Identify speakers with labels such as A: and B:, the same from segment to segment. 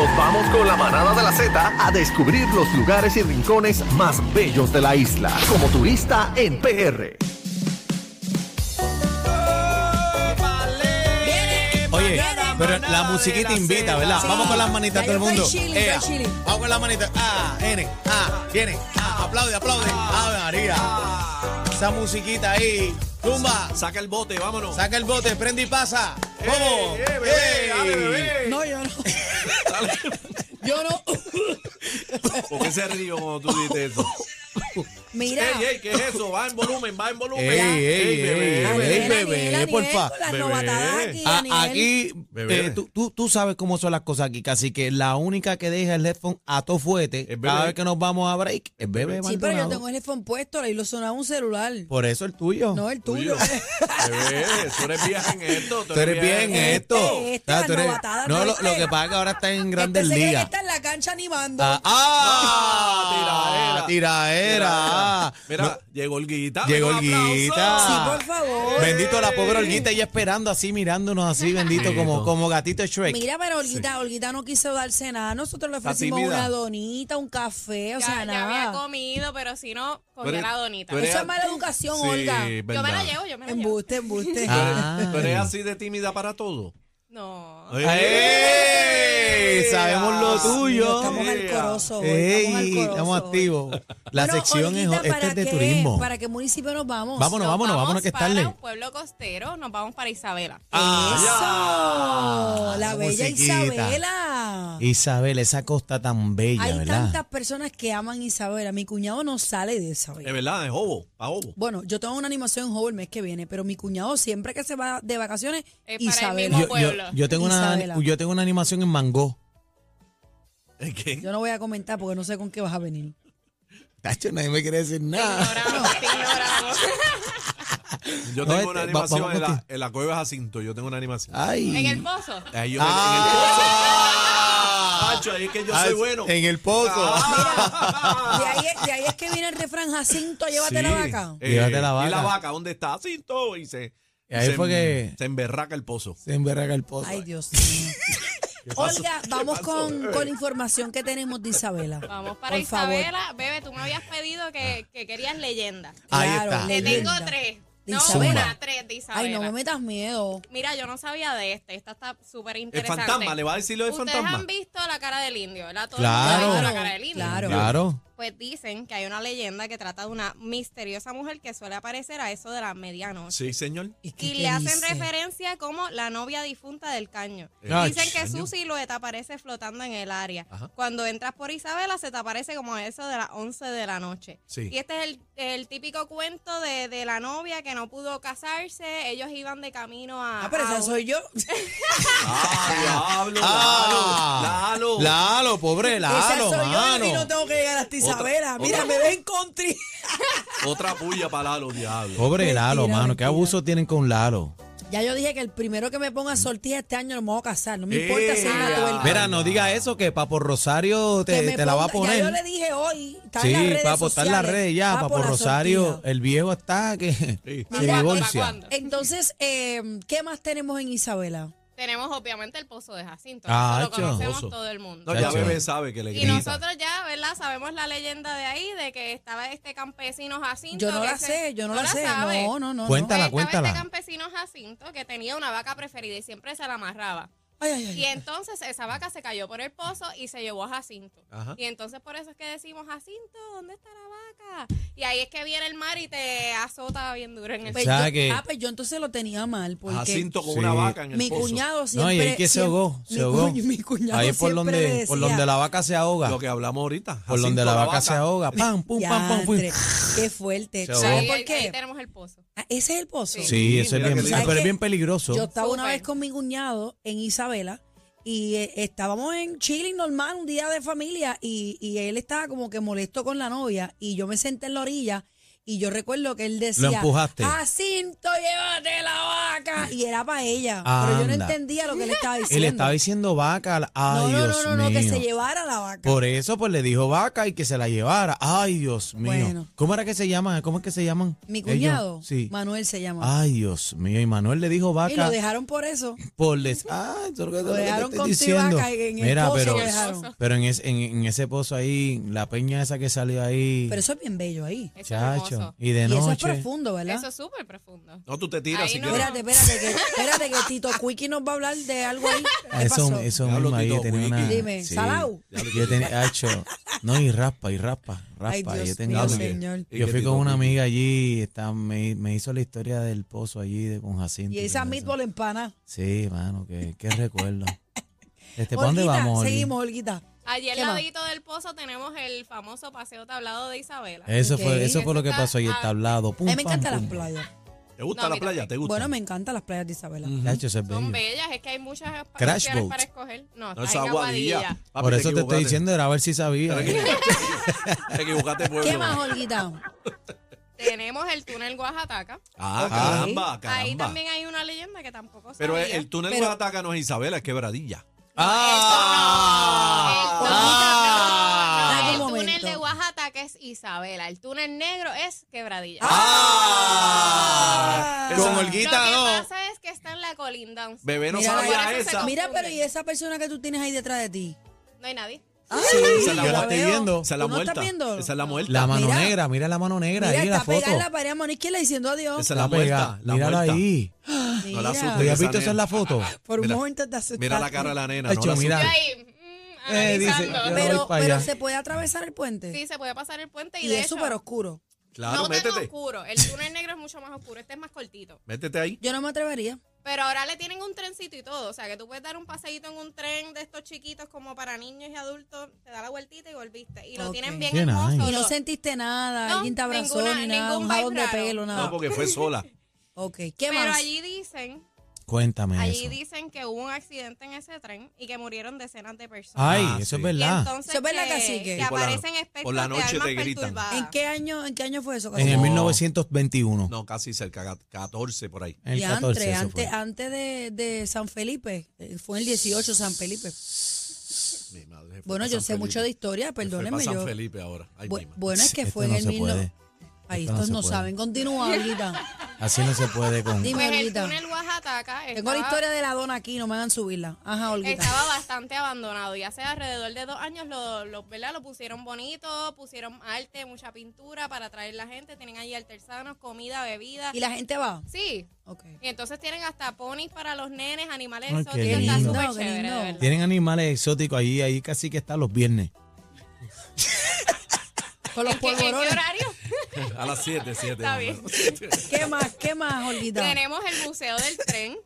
A: Vamos con la manada de la Z a descubrir los lugares y rincones más bellos de la isla. Como turista en PR.
B: Oye, pero la musiquita invita, ¿verdad?
C: Sí.
B: Vamos con las manitas
C: Ya
B: todo el
C: yo estoy
B: mundo.
C: chilling, estoy
B: Ea,
C: chilling.
B: Vamos con las manitas. Ah, N, ah, viene, ah, aplaude, aplaude. Ave María. Esa musiquita ahí. Tumba,
D: Saca el bote, vámonos.
B: saca el bote, prende y pasa. Vamos.
D: eh, bebé, dale, bebé.
C: No, yo no. yo no.
D: ¿Por qué se río cuando tú dices eso?
C: Mira.
D: ey, ey, ¿qué es eso? Va en volumen, va en volumen.
B: Ey, ey, ey,
D: bebé,
B: ey,
D: bebé.
B: ey, bebé, porfa.
C: Con las
D: Bebé.
C: novatadas aquí,
B: A-
C: Daniel.
B: aquí,
D: Bebé.
B: eh, tú, tú, tú sabes cómo son las cosas aquí, casi que la única que deja el headphone a todo fuerte
D: Es bebé.
B: cada vez que nos vamos a break es bebé.
C: Sí, pero yo
B: Maldonado.
C: tengo el iPhone puesto y lo sonaba un celular.
B: Por eso el tuyo.
C: No, el tuyo.
D: Bebé, tú eres vieja en esto.
B: Tú eres bien
C: Este,
B: esto.
C: este,
B: Ah,
C: las
B: tú eres-
C: novatadas,
B: no,
C: no
B: lo,
C: hay
B: lo que
C: break.
B: pasa es que ahora está en grandes
C: este se cree que
B: ligas.
C: está en la cancha animando.
B: Ah, ah,
D: Ah, tiraera.
B: tiraera. ah.
D: Mira, llegó Olguita.
B: Llegó
D: Un aplauso.
B: Olguita.
C: sí, por favor.
B: Bendito la pobre Olguita ella esperando así, mirándonos así, bendito, como, como gatito Shrek.
C: Mira, pero Olguita, Olguita no quiso darse nada. Nosotros le
D: Está
C: ofrecimos
D: tímida.
C: una donita, un café, o
E: ya,
C: sea,
E: ya había
C: nada.
E: comido, pero si no,
D: Tú
E: comía
D: eres-
E: la donita.
D: tú eres-
C: Eso es mala educación, Olga.
D: Sí,
E: Yo me la
D: verdad.
E: llevo, yo me la llevo.
C: Embuste, embuste.
B: Ah.
D: Tú eres así de tímida para todo.
E: No.
B: ¡Ey! Sabemos lo tuyo.
C: Estamos al corozo. hoy,
B: Ey,
C: estamos al corozo
B: estamos
C: hoy.
B: activos. La
C: Bueno,
B: sección es,
C: Olguita,
B: esta es de
C: qué-
B: turismo.
C: ¿Para qué municipio nos vamos?
B: Vámonos,
E: Nos
B: vámonos, vámonos, que es
E: para
B: tarde.
E: un pueblo costero, nos vamos para Isabela.
D: Ah.
B: Ah,
C: ¡Eso! La
B: Esa
C: bella
B: Ah, musiquita.
C: Isabela.
B: Isabel, esa costa tan bella,
C: Hay
B: ¿verdad?
C: tantas personas que aman Isabela. Mi cuñado no sale de
D: Es
C: Isabela.
D: verdad, es hobo, pa' hobo.
C: Bueno, yo tengo una animación en Hobo el mes que viene, pero mi cuñado siempre que se va de vacaciones,
E: Es para el
C: Isabela.
E: mismo
B: Yo,
C: Yo,
B: yo,
E: pueblo.
B: yo tengo una,
C: Isabela.
B: yo tengo una animación en Mango.
D: ¿Qué?
C: no voy a comentar porque no sé con qué vas a venir.
B: Tacho, nadie me quiere decir
E: Te
B: nada.
E: ignoramos, te ignoramos.
D: Yo tengo
B: No, este,
D: una
B: va-
D: animación
B: vamos Ah.
D: en, la,
B: contigo.
D: en la cueva de Jacinto. Yo tengo una animación.
B: Ay.
E: En el pozo.
D: Ahí yo,
B: Ah.
D: en el- Nacho, ahí es que yo soy
B: Ay,
D: bueno.
B: Ah. En el pozo.
E: Ah.
C: De ahí, es- de ahí es que viene el refrán Jacinto, llévate la
D: Sí.
C: vaca.
D: Eh,
B: Llévate la
D: ¿Y
B: vaca.
D: la vaca dónde está? Jacinto. Y se,
B: Y ahí
D: se,
B: fue que-
D: se emberraca el pozo.
B: Se emberraga el pozo.
C: Ay, Dios mío. Olga, vamos con, con la información que tenemos de Isabela.
E: Vamos para
C: Por favor.
E: Isabela. Bebe, tú me habías pedido
D: Ah.
E: que, que querías leyenda.
B: Ahí
C: Claro,
B: está.
E: Te
C: leyenda.
E: tengo tres.
C: De
E: No,
C: Isabela.
E: una, tres de Isabela.
C: Ay, no me metas miedo.
E: Mira, yo no sabía de este. Esta está súper
D: El
E: interesante.
D: fantasma, le va a decir lo del
E: Ustedes
D: fantasma.
E: han visto la cara del indio, ¿verdad? Todo
B: Claro.
E: El mundo ha visto la cara del indio.
C: Claro.
B: Claro.
E: Pues dicen que hay una leyenda que trata de una misteriosa mujer que suele aparecer a eso de la medianoche.
D: Sí, señor.
C: ¿Y qué
E: Y
C: te
E: le hacen
C: dice?
E: referencia como la novia difunta del caño.
B: Ah,
E: Dicen que
B: caño.
E: su silueta aparece flotando en el área.
D: Ajá.
E: Cuando entras por Isabela se te aparece como a eso de las 11 de la noche.
D: Sí.
E: Y este es el, el típico cuento de, de la novia que no pudo casarse. Ellos iban de camino a...
C: Ah, pero
E: a
C: esa
E: un-
C: soy yo.
D: Ah, diablo,
B: Ah,
D: Lalo, Lalo.
B: Lalo, pobre Lalo,
C: esa soy yo y no
B: mano.
C: tengo que llegar hasta Isabela.
D: otra.
C: Mira, me ven country.
D: Otra puya para Lalo, diablo.
B: Pobre
C: Mentira,
B: Lalo, mano. ¿Qué
C: mentira.
B: abuso tienen con Lalo?
C: Ya yo dije que el primero que me ponga sortija este año no me voy a casar. No me importa si es una
D: Ea.
C: tuerca.
B: Mira, no diga eso, que Papo Rosario
C: Que
B: te,
C: me
B: te la va a
C: ponga- Ya yo
B: poner.
C: le dije hoy. Está en las
B: Sí,
C: redes
B: Papo, está en las
C: sociales.
B: redes ya.
C: Papo,
B: Papo
C: la
B: Rosario,
C: sortija.
B: el viejo está que se
E: ¿Para cuándo?
B: divorcia.
E: ¿Para cuándo?
C: Entonces, eh, ¿qué más tenemos en Isabela?
E: Tenemos obviamente el pozo de Jacinto.
B: Ah,
E: eso lo
B: hacho.
E: conocemos
D: Pozo.
E: todo el mundo.
D: No, ya
B: Chacho.
D: bebé sabe que le
E: Y
D: grita.
E: nosotros ya, ¿verdad? Sabemos la leyenda de ahí, de que estaba este campesino Jacinto.
C: Yo no
E: que
C: la
E: se-
C: sé, yo no la sé.
E: sabe.
C: No, no, no.
B: Cuenta. Cuéntala,
E: Pues estaba
B: cuéntala.
E: este campesino Jacinto que tenía una vaca preferida y siempre se la amarraba.
C: no. Ay, ay, ay.
E: Y entonces esa vaca se cayó por el pozo y se llevó a Jacinto.
D: Ajá.
E: Y entonces por eso es que decimos, Jacinto, ¿dónde está la vaca? Y ahí es que viene el mar y te azota bien duro en el
C: Pues
B: O sea
C: yo-
B: que-
C: Ah, pues yo entonces lo tenía mal. Porque
D: Jacinto con
B: Sí.
D: una vaca en el
C: mi
D: pozo.
C: cuñado
B: No,
C: siempre.
B: y ahí que se
C: siempre-
B: ahogó, se
C: mi
B: ahogó.
C: cuñ- Mi cuñado
B: Ahí por
C: siempre
B: donde,
C: le decía,
B: por donde la vaca se ahoga.
D: Lo que hablamos ahorita.
B: Ah. por
D: Jacinto,
B: donde la vaca, se ahoga. Pam, pum, pam, pam, pum.
C: "Diantre, Qué fuerte.
B: Se
E: pozo.
B: ahogó.
C: ¿Sabes
E: Ahí-
C: por
E: ahí-
C: qué?
E: ahí tenemos el pozo.
C: Ah, Ese es el pozo.
B: Sí, eso es
D: Mira
B: bien,
D: que lindo.
B: pero es bien
C: Yo
B: peligroso.
C: estaba una
E: Súper.
C: vez con mi cuñado en Isabela y eh, estábamos en chilling normal, un día de familia, y, y él estaba como que molesto con la novia y yo me senté en la orilla Y yo recuerdo que él decía,
B: Lo empujaste.
C: Jacinto, llévate la vaca. Y era para ella. Pero yo no
B: Anda.
C: entendía lo que él estaba diciendo.
B: Él estaba diciendo vaca.
C: no,
B: Ay,
C: no,
B: Dios
C: no, no, no,
B: mío.
C: que se llevara la vaca.
B: Por eso, pues le dijo vaca y que se la llevara. Ay, Dios mío.
C: Bueno.
B: ¿Cómo era que se llaman? ¿Cómo es que se llaman?
C: Mi
B: ellos?
C: cuñado,
B: Sí. Ah,
C: Manuel se llama.
B: Ay, Dios mío. Y Manuel le dijo
C: y lo
B: vaca.
C: dejaron por eso.
B: Por les. Ay, eso es lo que-
C: Lo
B: lo que te
C: dejaron
B: estoy
C: con tu y
B: diciendo.
C: vaca en el
B: Mira,
C: pozo
B: pero,
C: lo dejaron.
B: pero en, es- en, en ese pozo ahí, la peña esa que salió ahí.
C: Pero eso es bien bello ahí.
E: Eso es
B: chacho.
E: hermoso.
B: Y de
C: y eso es
B: noche.
C: profundo, ¿verdad?
E: Eso es súper profundo.
D: No, tú te tiras
E: Ahí
D: si
E: no.
D: quieres.
C: Espérate, espérate, que, espérate, que Tito Quickie nos va a hablar de algo ahí.
B: Ah,
C: ¿Qué
B: Eso,
C: pasó?
B: eso
D: Diablo,
B: mismo ahí
D: Tito
B: tenía
D: Wiki.
B: una.
C: Dime,
D: Sí.
C: Salau.
B: Yo tenía, hacho, no, y raspa, y raspa, raspa.
C: Ay, Dios
B: yo
C: mío,
B: tenía una-
C: señor.
B: Yo fui con una amiga allí, está, me, me hizo la historia del pozo allí de, con Jacinto.
C: Y esa
B: todo eso.
C: meatball empana.
B: Sí, mano, qué, qué recuerdo. Este, ¿Para dónde
C: Olguita,
B: vamos? Oli?
C: Seguimos, Olguita.
E: Allí al
C: ¿Qué más?
E: ladito del pozo tenemos el famoso paseo tablado de Isabela.
B: Eso,
C: Ok.
B: fue, eso fue lo que
E: Eso
B: pasó ahí, el
E: está-
B: tablado.
C: A
B: Pum,
C: mí me
B: pam,
C: encantan las
B: pum.
C: playas.
D: ¿Te gusta
E: No,
D: la
E: mira,
D: playa? ¿Te gusta?
C: Bueno, me encantan las playas de Isabela.
B: Chacho, eso es bello.
E: Son bellas, es que hay muchas op-
B: Crash
E: opciones
B: boat.
E: para escoger. No,
D: No,
E: está
D: esa
E: en Aguadilla.
D: aguadilla. Papi,
B: Por eso te estoy
D: equivocaste.
B: diciendo, era a ver si sabía.
D: Te equivocaste, pueblo.
C: ¿Qué más, Olguita?
E: Tenemos el túnel Oaxaca.
D: Ah,
C: Ok.
D: caramba,
E: Ahí
D: caramba.
E: también hay una leyenda que tampoco
D: Pero
E: sabía.
D: el túnel
C: Pero-
D: Oaxaca no es Isabela, es quebradilla.
E: Ah.
C: Ah.
E: El túnel- no, no, no,
C: Dame un
E: el túnel
C: momento.
E: de Oaxaca es Isabela. El túnel negro es Quebradilla.
D: ¡Ah!
C: Ah.
D: Esa-
B: Con
E: Lo que
B: Olguita no.
E: pasa es que está en la colindancia.
D: Bebé no
C: Mira,
D: sabía
E: por eso se
D: esa.
E: come.
C: Mira, pero ¿y esa persona que tú tienes ahí detrás de ti?
E: No hay nadie.
C: sí,
D: esa es la- yo la
B: estoy
C: veo.
B: viendo.
D: Esa es la
C: ¿Tú no
D: muerta.
C: estás viendo?
D: Esa es la muerta.
B: La mano
C: Mira.
B: negra, mira la mano negra
C: Mira,
B: ahí en la
C: está
B: foto.
C: pegada en la pared a Monique le diciendo adiós.
D: Esa es la muerta. La
B: mírala
D: muerta.
B: ahí.
D: No la
C: Mira,
B: ¿Tú ya
D: asustes.
B: has visto esa en la foto?
C: Por un
D: Mira.
C: momento te asustaste.
D: Mira la cara de la nena.
B: Hacho,
D: no la
B: mira.
E: Yo
D: asustes.
E: ahí, mm,
B: Eh, dice,
E: analizando.
B: yo-
C: Pero,
B: voy pa'
C: pero
B: allá.
C: se puede atravesar el puente.
E: Sí, se puede pasar el puente y,
C: y
E: de
C: es
E: hecho,
C: súper oscuro.
D: Claro,
E: no tan
D: métete.
E: oscuro. El túnel negro es mucho más oscuro. Este es más cortito.
D: Métete ahí.
C: Yo no me atrevería.
E: Pero ahora le tienen un trencito y todo. O sea, que tú puedes dar un paseíto en un tren de estos chiquitos como para niños y adultos. Te da la vueltita y volviste. Y lo
C: Ok.
E: tienen bien
B: Qué
E: hermoso.
B: nice.
C: Y no
E: Lo-
C: sentiste nada,
E: No,
C: alguien te abrazó
E: ninguna-
C: ni nada,
E: ningún
C: un
E: vibe
C: jabón de
E: raro.
C: pelo, nada.
D: No, porque fue sola.
C: ok, ¿qué
E: pero
C: más?
E: allí dicen,
B: Cuéntame
E: allí
B: eso.
E: dicen que hubo un accidente en ese tren y que murieron decenas de personas.
B: Ay,
D: Ah,
B: eso
D: sí.
B: es
E: Y
B: verdad.
E: entonces
C: Eso es verdad,
E: que,
C: cacique.
E: que
D: Y por la-
E: aparecen espectros
D: por la noche
E: de almas
D: te gritan.
E: perturbadas.
C: ¿En qué año, en qué año fue eso?
B: En el
D: No.
B: 1921.
D: No, casi cerca, gat- 14 por ahí.
B: En el
C: Y
B: 14
C: antes,
B: eso
C: antes,
B: fue.
C: antes de, de San Felipe, eh, fue en el 18 San Felipe.
D: Mi madre, se fue
C: Bueno,
D: pa'
C: yo
D: San
C: sé
D: Felipe.
C: mucho de historia,
D: Se fue pa'
C: perdónenme
D: San
C: yo.
D: Felipe ahora. Ay, mi
C: Bu-
D: madre.
C: bueno, es que
B: Esto
C: fue
B: no
C: en el
B: se
C: 19...
B: puede.
C: Ahí
B: Esto no
C: estos
B: se
C: no,
B: puede.
C: saben. Continúa, Olguita.
B: Así no se puede con...
C: Dime,
E: Pues el
C: Olguita.
E: túnel Oaxaca
C: Tengo
E: estaba,
C: la historia de la dona aquí, no me hagan subirla. Ajá, Olguita.
E: estaba bastante abandonado y hace alrededor de dos años lo, lo- ¿verdad? lo pusieron bonito, pusieron arte, mucha pintura para atraer la gente, tienen allí artesanos, comida, bebida.
C: ¿Y la gente va?
E: Sí,
C: Ok.
E: y entonces tienen hasta ponis para los nenes, animales
B: Ay, qué
E: exóticos, está
B: lindo.
E: súper
C: Qué
E: chévere, de
C: lindo.
E: verdad.
B: Tienen animales exóticos ahí, ahí casi que están los viernes.
C: Con los
E: ¿En qué- en qué
C: polvorones.
E: horario?
D: A las 7, 7.
E: Está bien.
C: ¿Qué más? ¿Qué más, Olguita?
E: Tenemos el buceo del tren.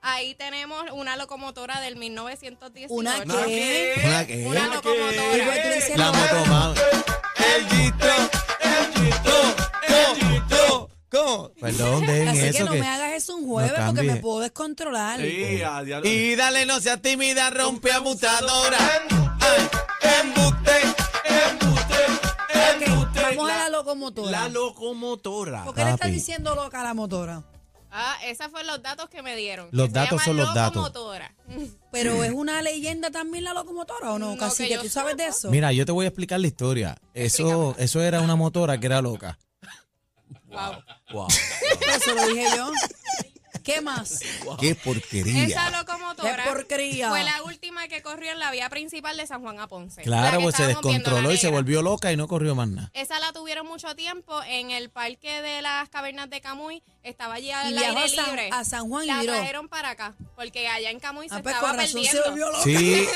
E: Ahí tenemos una locomotora del 1918.
C: Una que-
E: Una
C: ¿Qué?
B: Una que-
C: Y pues tú
E: locomotora.
C: dices,
B: Eh, La
C: no,
B: motomami. El gistro, el gistro, el gistro. ¿Cómo? Perdón, dejen
C: Así
B: eso
C: que no me hagas eso un jueves
B: no
C: porque me
B: cambie.
C: puedo descontrolar.
B: Y dale, no seas tímida, rompe abusadora. Ay, Embuste, embuste, embuste.
C: Vamos a la locomotora.
D: La locomotora.
C: ¿Por qué le estás
B: Papi.
C: diciendo loca a la motora?
E: Ah, esos fueron los datos que me dieron.
B: Los
E: Se
B: datos
E: llama
B: son los datos.
E: locomotora.
C: ¿Pero es una leyenda también la locomotora o no?
E: No,
C: Casi
E: que
C: que
E: yo
C: tú sabes de eso.
B: Mira, yo te voy a explicar la historia. Eso, eso era una motora que era loca.
E: Wow.
D: Wow.
C: Pues Eso lo dije yo. ¿Qué más?
B: Qué porquería.
E: Esa
C: ¡Qué
E: locomotora
C: porquería!
E: fue la última que corrió en la vía principal de San Juan a Ponce. La
B: Claro,
E: que
B: pues se
E: estábamos viendo,
B: descontroló
E: la
B: y se
E: negra.
B: volvió loca y no corrió más nada.
E: Esa la tuvieron mucho tiempo en el parque de las cavernas de Camuy. Estaba allí
C: Y
E: al
C: viajó a
E: aire
C: San,
E: libre.
C: a San Juan y
E: la
C: miró.
E: trajeron para acá, porque allá en Camuy se
C: Ah, pues
E: estaba
C: con razón se
E: perdiendo.
C: volvió loca.
B: Sí.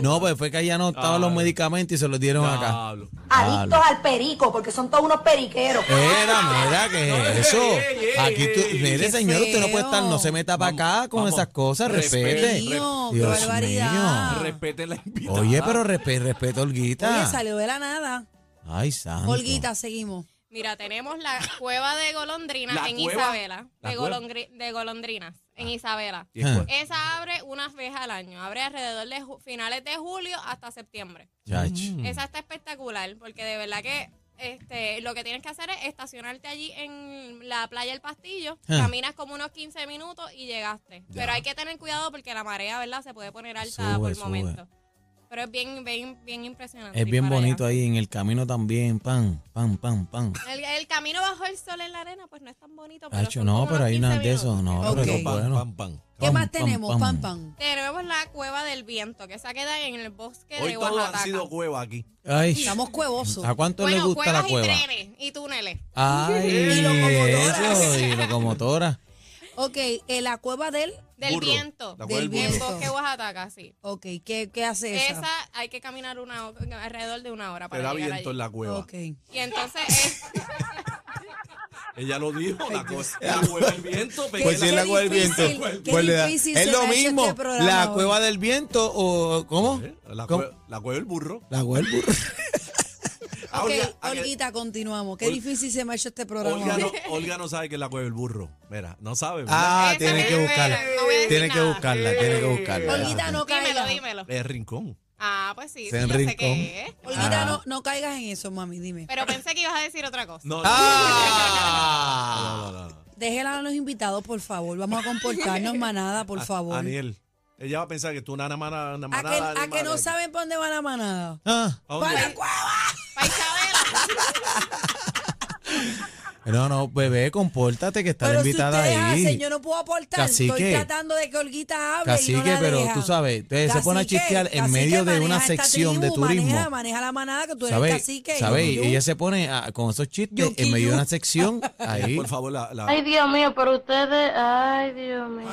B: No, pues fue que allá no estaban los
D: Diablo.
B: medicamentos y se los dieron acá.
D: Diablo.
B: Diablo. Eh,
F: adictos al perico, porque son todos unos periqueros.
B: Era, mira, que es eso.
D: ey, ey,
B: Aquí tú,
D: ey.
B: mire,
C: Qué
B: señor, usted no
C: feo.
B: puede estar, no se meta para acá con
D: vamos.
B: esas cosas, respete.
D: Respete.
C: Mío, ¡Qué
B: Dios
C: barbaridad!
D: Respete la invitada.
B: Oye, pero respe- respeto, Olguita.
C: Oye, salió de la nada.
B: Ay, santo.
C: Olguita, seguimos.
E: Mira, tenemos la cueva de golondrinas
D: La
E: en
D: cueva.
E: Isabela.
D: La
E: De,
D: cueva.
E: golondri- de golondrinas
B: Ah.
E: en Isabela.
D: Y es-
C: eh,
E: Esa abre unas veces al año. Abre alrededor de ju- finales de julio hasta septiembre.
B: Chacho.
C: Mm,
G: Mm.
E: Esa está espectacular porque de verdad que Este, lo que tienes que hacer es estacionarte allí en la playa El Pastillo,
G: Ah.
E: caminas como unos 15 minutos y llegaste.
D: Ya.
E: Pero hay que tener cuidado porque la marea, ¿verdad? Se puede poner alta
G: Sube,
E: por el
G: sube.
E: momento. Pero es bien, bien, bien impresionante.
G: Es
E: ir
G: bien
E: para
G: bonito
E: allá.
G: ahí en el camino también, pan, pan, pan, pan.
E: El, el camino bajo el sol en la arena, pues no es tan bonito. Pero
G: Hacho,
E: son
G: no,
E: como
G: pero
E: unos
G: hay unas
E: 15
G: de esos,
E: minutos.
G: no,
C: Ok.
G: pero bueno.
D: Pan, pan,
C: ¿Qué
G: Pam,
C: más
G: pam,
C: tenemos?
G: pam.
C: Pam, pam.
E: Tenemos la cueva del viento, que esa queda en el bosque
D: Hoy
E: de
D: todos
E: Oaxaca.
D: han sido cueva aquí.
G: Ay,
C: Estamos cuevosos.
G: ¿A cuánto
E: bueno,
G: le gusta la cueva?
E: cuevas y trenes y túneles.
G: Ay,
C: Y locomotoras.
G: eso, y locomotora.
C: Ok, eh, la cueva del...
E: Del
D: Burro.
E: viento.
D: La
C: cueva del
E: del en
C: burro.
E: bosque de Oaxaca, sí.
C: Ok, ¿qué, qué hace esa?
E: Esa hay que caminar una ho- alrededor de una hora
D: Te
E: para
D: da
E: llegar
D: viento en
E: allí.
D: la cueva.
C: Ok.
E: Y entonces es,
D: Ella lo dijo, la cosa. La cueva del viento, pegué
C: Pues
D: la-
C: sí, qué
B: la cueva del
C: difícil,
B: viento.
C: qué
B: Pues le da-
C: difícil se
B: Es lo
C: me ha hecho
B: mismo,
C: este programa
B: la
C: hoy.
B: cueva del viento o ¿cómo?
D: ¿Eh? La
B: ¿Cómo?
D: cueva, la cueva del burro.
B: La cueva del burro.
D: Ah,
C: Ok,
D: Olga- ah, que-
C: Olguita, continuamos. Qué
D: Ol-
C: difícil se me ha hecho este programa.
D: Olga,
C: hoy.
D: no, Olga no sabe que es la cueva del burro. Mira, no sabe. ¿verdad?
B: Ah,
E: Esa
B: tiene
E: es
B: que
E: la
B: buscarla.
E: primera, no voy a decir
B: Tiene que
E: nada.
B: buscarla, tiene que buscarla.
C: Olguita, no
E: dímelo,
C: caigas.
E: dímelo.
D: Es rincón.
E: Ah, pues sí,
B: Se
E: sí, yo sé
B: enrincó.
E: que es.
C: Olguita,
B: Ah.
C: no, no caigas en eso, mami, dime.
E: Pero pensé que ibas a decir otra cosa.
D: No, no.
B: Ah.
D: No, no, no, no.
C: Déjela a los invitados, por favor. Vamos a comportarnos, manada, por
D: A-
C: favor.
D: Aniel, ella va a pensar que tú una manada. Una
C: A
D: manada
C: que,
D: de
C: a que no
D: madre.
C: saben para dónde va la manada.
B: Ah,
D: ¿A dónde?
C: ¡Para la cueva!
E: Pa' Isabela.
B: no, no, bebé, compórtate que está la
C: Pero si
B: invitada
C: ustedes
B: ahí.
C: hacen, yo no puedo aportar. Estoy
B: Cacique.
C: tratando de que Olguita hable y
B: Cacique,
C: no la
B: pero
C: dejan.
B: tú sabes, ustedes se ponen a
C: Cacique,
B: chistear en
C: cacique,
B: medio de una
C: maneja esta
B: sección de
C: tribu,
B: turismo.
C: Maneja, maneja la manada que tú eres
B: ¿Sabes?
C: cacique.
B: ¿Sabes?
C: Yuyu.
B: Ella se pone a- con esos chistes
C: Yuki,
B: en medio de
C: yu.
B: una sección ahí.
D: Por favor, la. la-
H: Ay, Dios mío, pero ustedes, ay, Dios mío.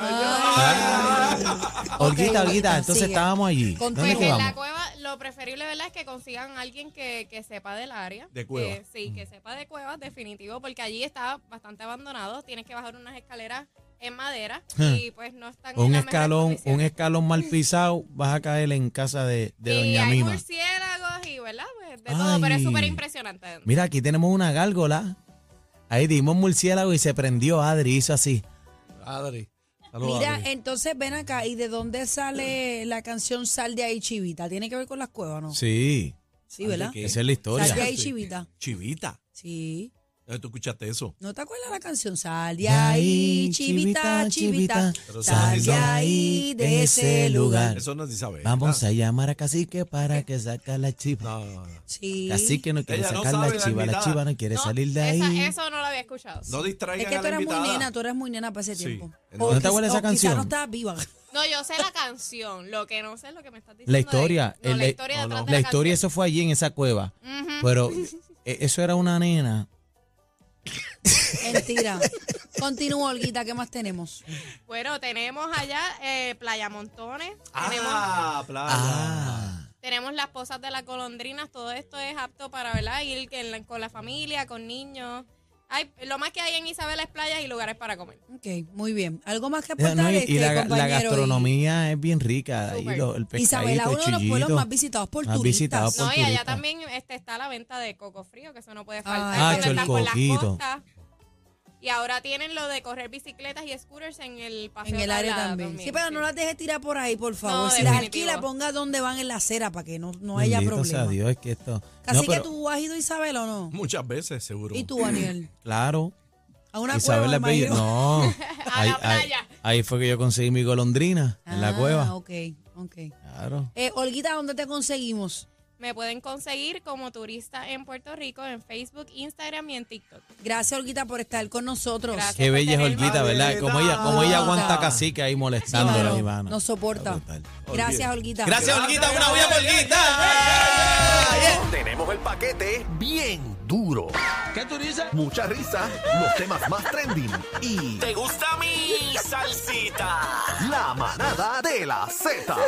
B: Olguita, Olguita,
C: Olguita,
B: entonces
C: sigue.
B: estábamos allí. ¿Dónde
E: Pues
C: Continúa.
E: en la
B: jugamos?
E: cueva lo preferible, ¿verdad? Es que consigan a alguien que, que sepa del área.
D: De cueva.
E: Que- sí, que sepa de cuevas, definitivo, porque allí está bastante abandonado. Tienes que bajar unas escaleras en madera y pues no están en
B: Un
E: las mejores
B: escalón, un
E: condiciones.
B: escalón mal pisado, vas a caer en casa de, de
E: y
B: Doña
E: hay
B: Mima.
E: murciélagos y, ¿verdad? Pues, de todo, pero es
B: Ay.
E: súper impresionante.
B: Mira, aquí tenemos una gárgola. Ahí dimos murciélago y se prendió Adri, hizo así.
D: Adri. saluda,
C: Mira,
D: Adri.
C: entonces ven acá, ¿y de dónde sale la canción Sal de ahí, Chivita? ¿Tiene que ver con las cuevas, no?
B: Sí,
C: Sí, ¿verdad?
D: ¿Qué?
B: esa es la
C: Sal de
B: historia.
C: ahí, Chivita.
D: Chivita.
C: Sí.
D: Eh, ¿Tú escuchaste eso?
C: ¿No te acuerdas la canción? Sal de ahí, Chivita, Chivita.
D: Pero
B: sal de ahí de ese lugar.
D: Eso no se sabe.
B: Vamos
D: ¿verdad?
B: a llamar a Cacique para que saca la chiva.
D: No, no, no.
C: Sí.
B: Cacique no quiere
D: Ella no
B: sacar
D: sabe
B: la
D: la
B: chiva, la
D: invitada.
B: chiva no quiere
E: No,
B: salir de
E: esa-
B: ahí.
E: eso no lo había escuchado.
D: No distraigan
C: Es que
D: a
C: tú
D: la
C: eres muy
D: invitada.
C: nena, tú eres muy nena para ese
D: Sí.
C: tiempo.
D: ¿No
B: te
C: quiz-
B: acuerdas esa
C: quizá
B: canción?
C: no estás viva.
E: No, yo sé la canción. Lo que no sé es lo que me estás diciendo.
B: La
E: de-
B: historia,
E: no,
B: el-
E: la historia
B: no,
E: detrás
B: no.
E: de
B: la
E: la
B: historia,
E: canción.
B: eso fue allí en esa cueva. Pero eh, eso era una nena.
C: Mentira. Continúa, Olguita, ¿qué más tenemos?
E: Bueno, tenemos allá eh, Playa Montones. Tenemos,
D: Ah, playa.
C: Ah,
E: tenemos las pozas de las golondrinas. Todo esto es apto para ¿verdad? ir que en la- con la familia, con niños. Hay, lo más que hay en Isabela es playas y lugares para comer.
C: Ok, muy bien. ¿Algo más que
B: No,
C: aportar?
B: y, y
C: este,
B: la, la
C: compañero?
B: gastronomía es bien rica. ahí
E: Súper.
B: lo- el pescadito,
C: Isabela, uno de los pueblos
B: chillito.
C: más visitados por
B: Más
C: turistas.
B: visitado por
E: No, y
B: turistas.
E: allá también este, está la venta de coco frío, que eso no puede faltar.
C: Ah,
E: cuando
C: el
E: estás por las
B: coquito.
E: costas. Y ahora tienen lo de correr bicicletas y scooters en el paseo.
C: En el área
E: tablado
C: también. Sí, pero no las dejes tirar por ahí, por favor.
E: No,
C: si las
E: definitivo.
C: alquila, ponga donde van en la acera para que no, no haya
B: Bendito sea
C: problema.
B: Dios, es que esto.
C: Así
B: No, pero-
C: que tú has ido a Isabel o no?
D: Muchas veces, seguro.
C: ¿Y tú, Daniel?
B: Claro.
C: A una
B: Isabel
C: cueva,
B: la
C: me
B: Bella.
C: imagino.
B: No.
E: A la playa.
B: ahí fue que yo conseguí mi golondrina en la
C: Ah,
B: cueva.
C: ok, ok.
B: Claro.
C: Eh, Olguita, ¿dónde te conseguimos?
E: Me pueden conseguir como turista en Puerto Rico en Facebook, Instagram y en TikTok.
C: Gracias, Olguita, por estar con nosotros.
E: Gracias.
B: Qué bella es
E: Tener
B: Olguita,
D: más
B: ¿verdad?
D: vida.
B: Como ella, como ella aguanta
C: Olguita.
B: cacique ahí
C: Claro,
B: molestando a la Ivana.
C: nos soporta. Gracias, Olguita.
B: Gracias, Olguita. Una bulla por
A: Tenemos el paquete bien duro.
B: ¿Qué tú dices?
A: Mucha risa, los temas más trending y... ¿Te gusta mi salsita? La manada de la Z.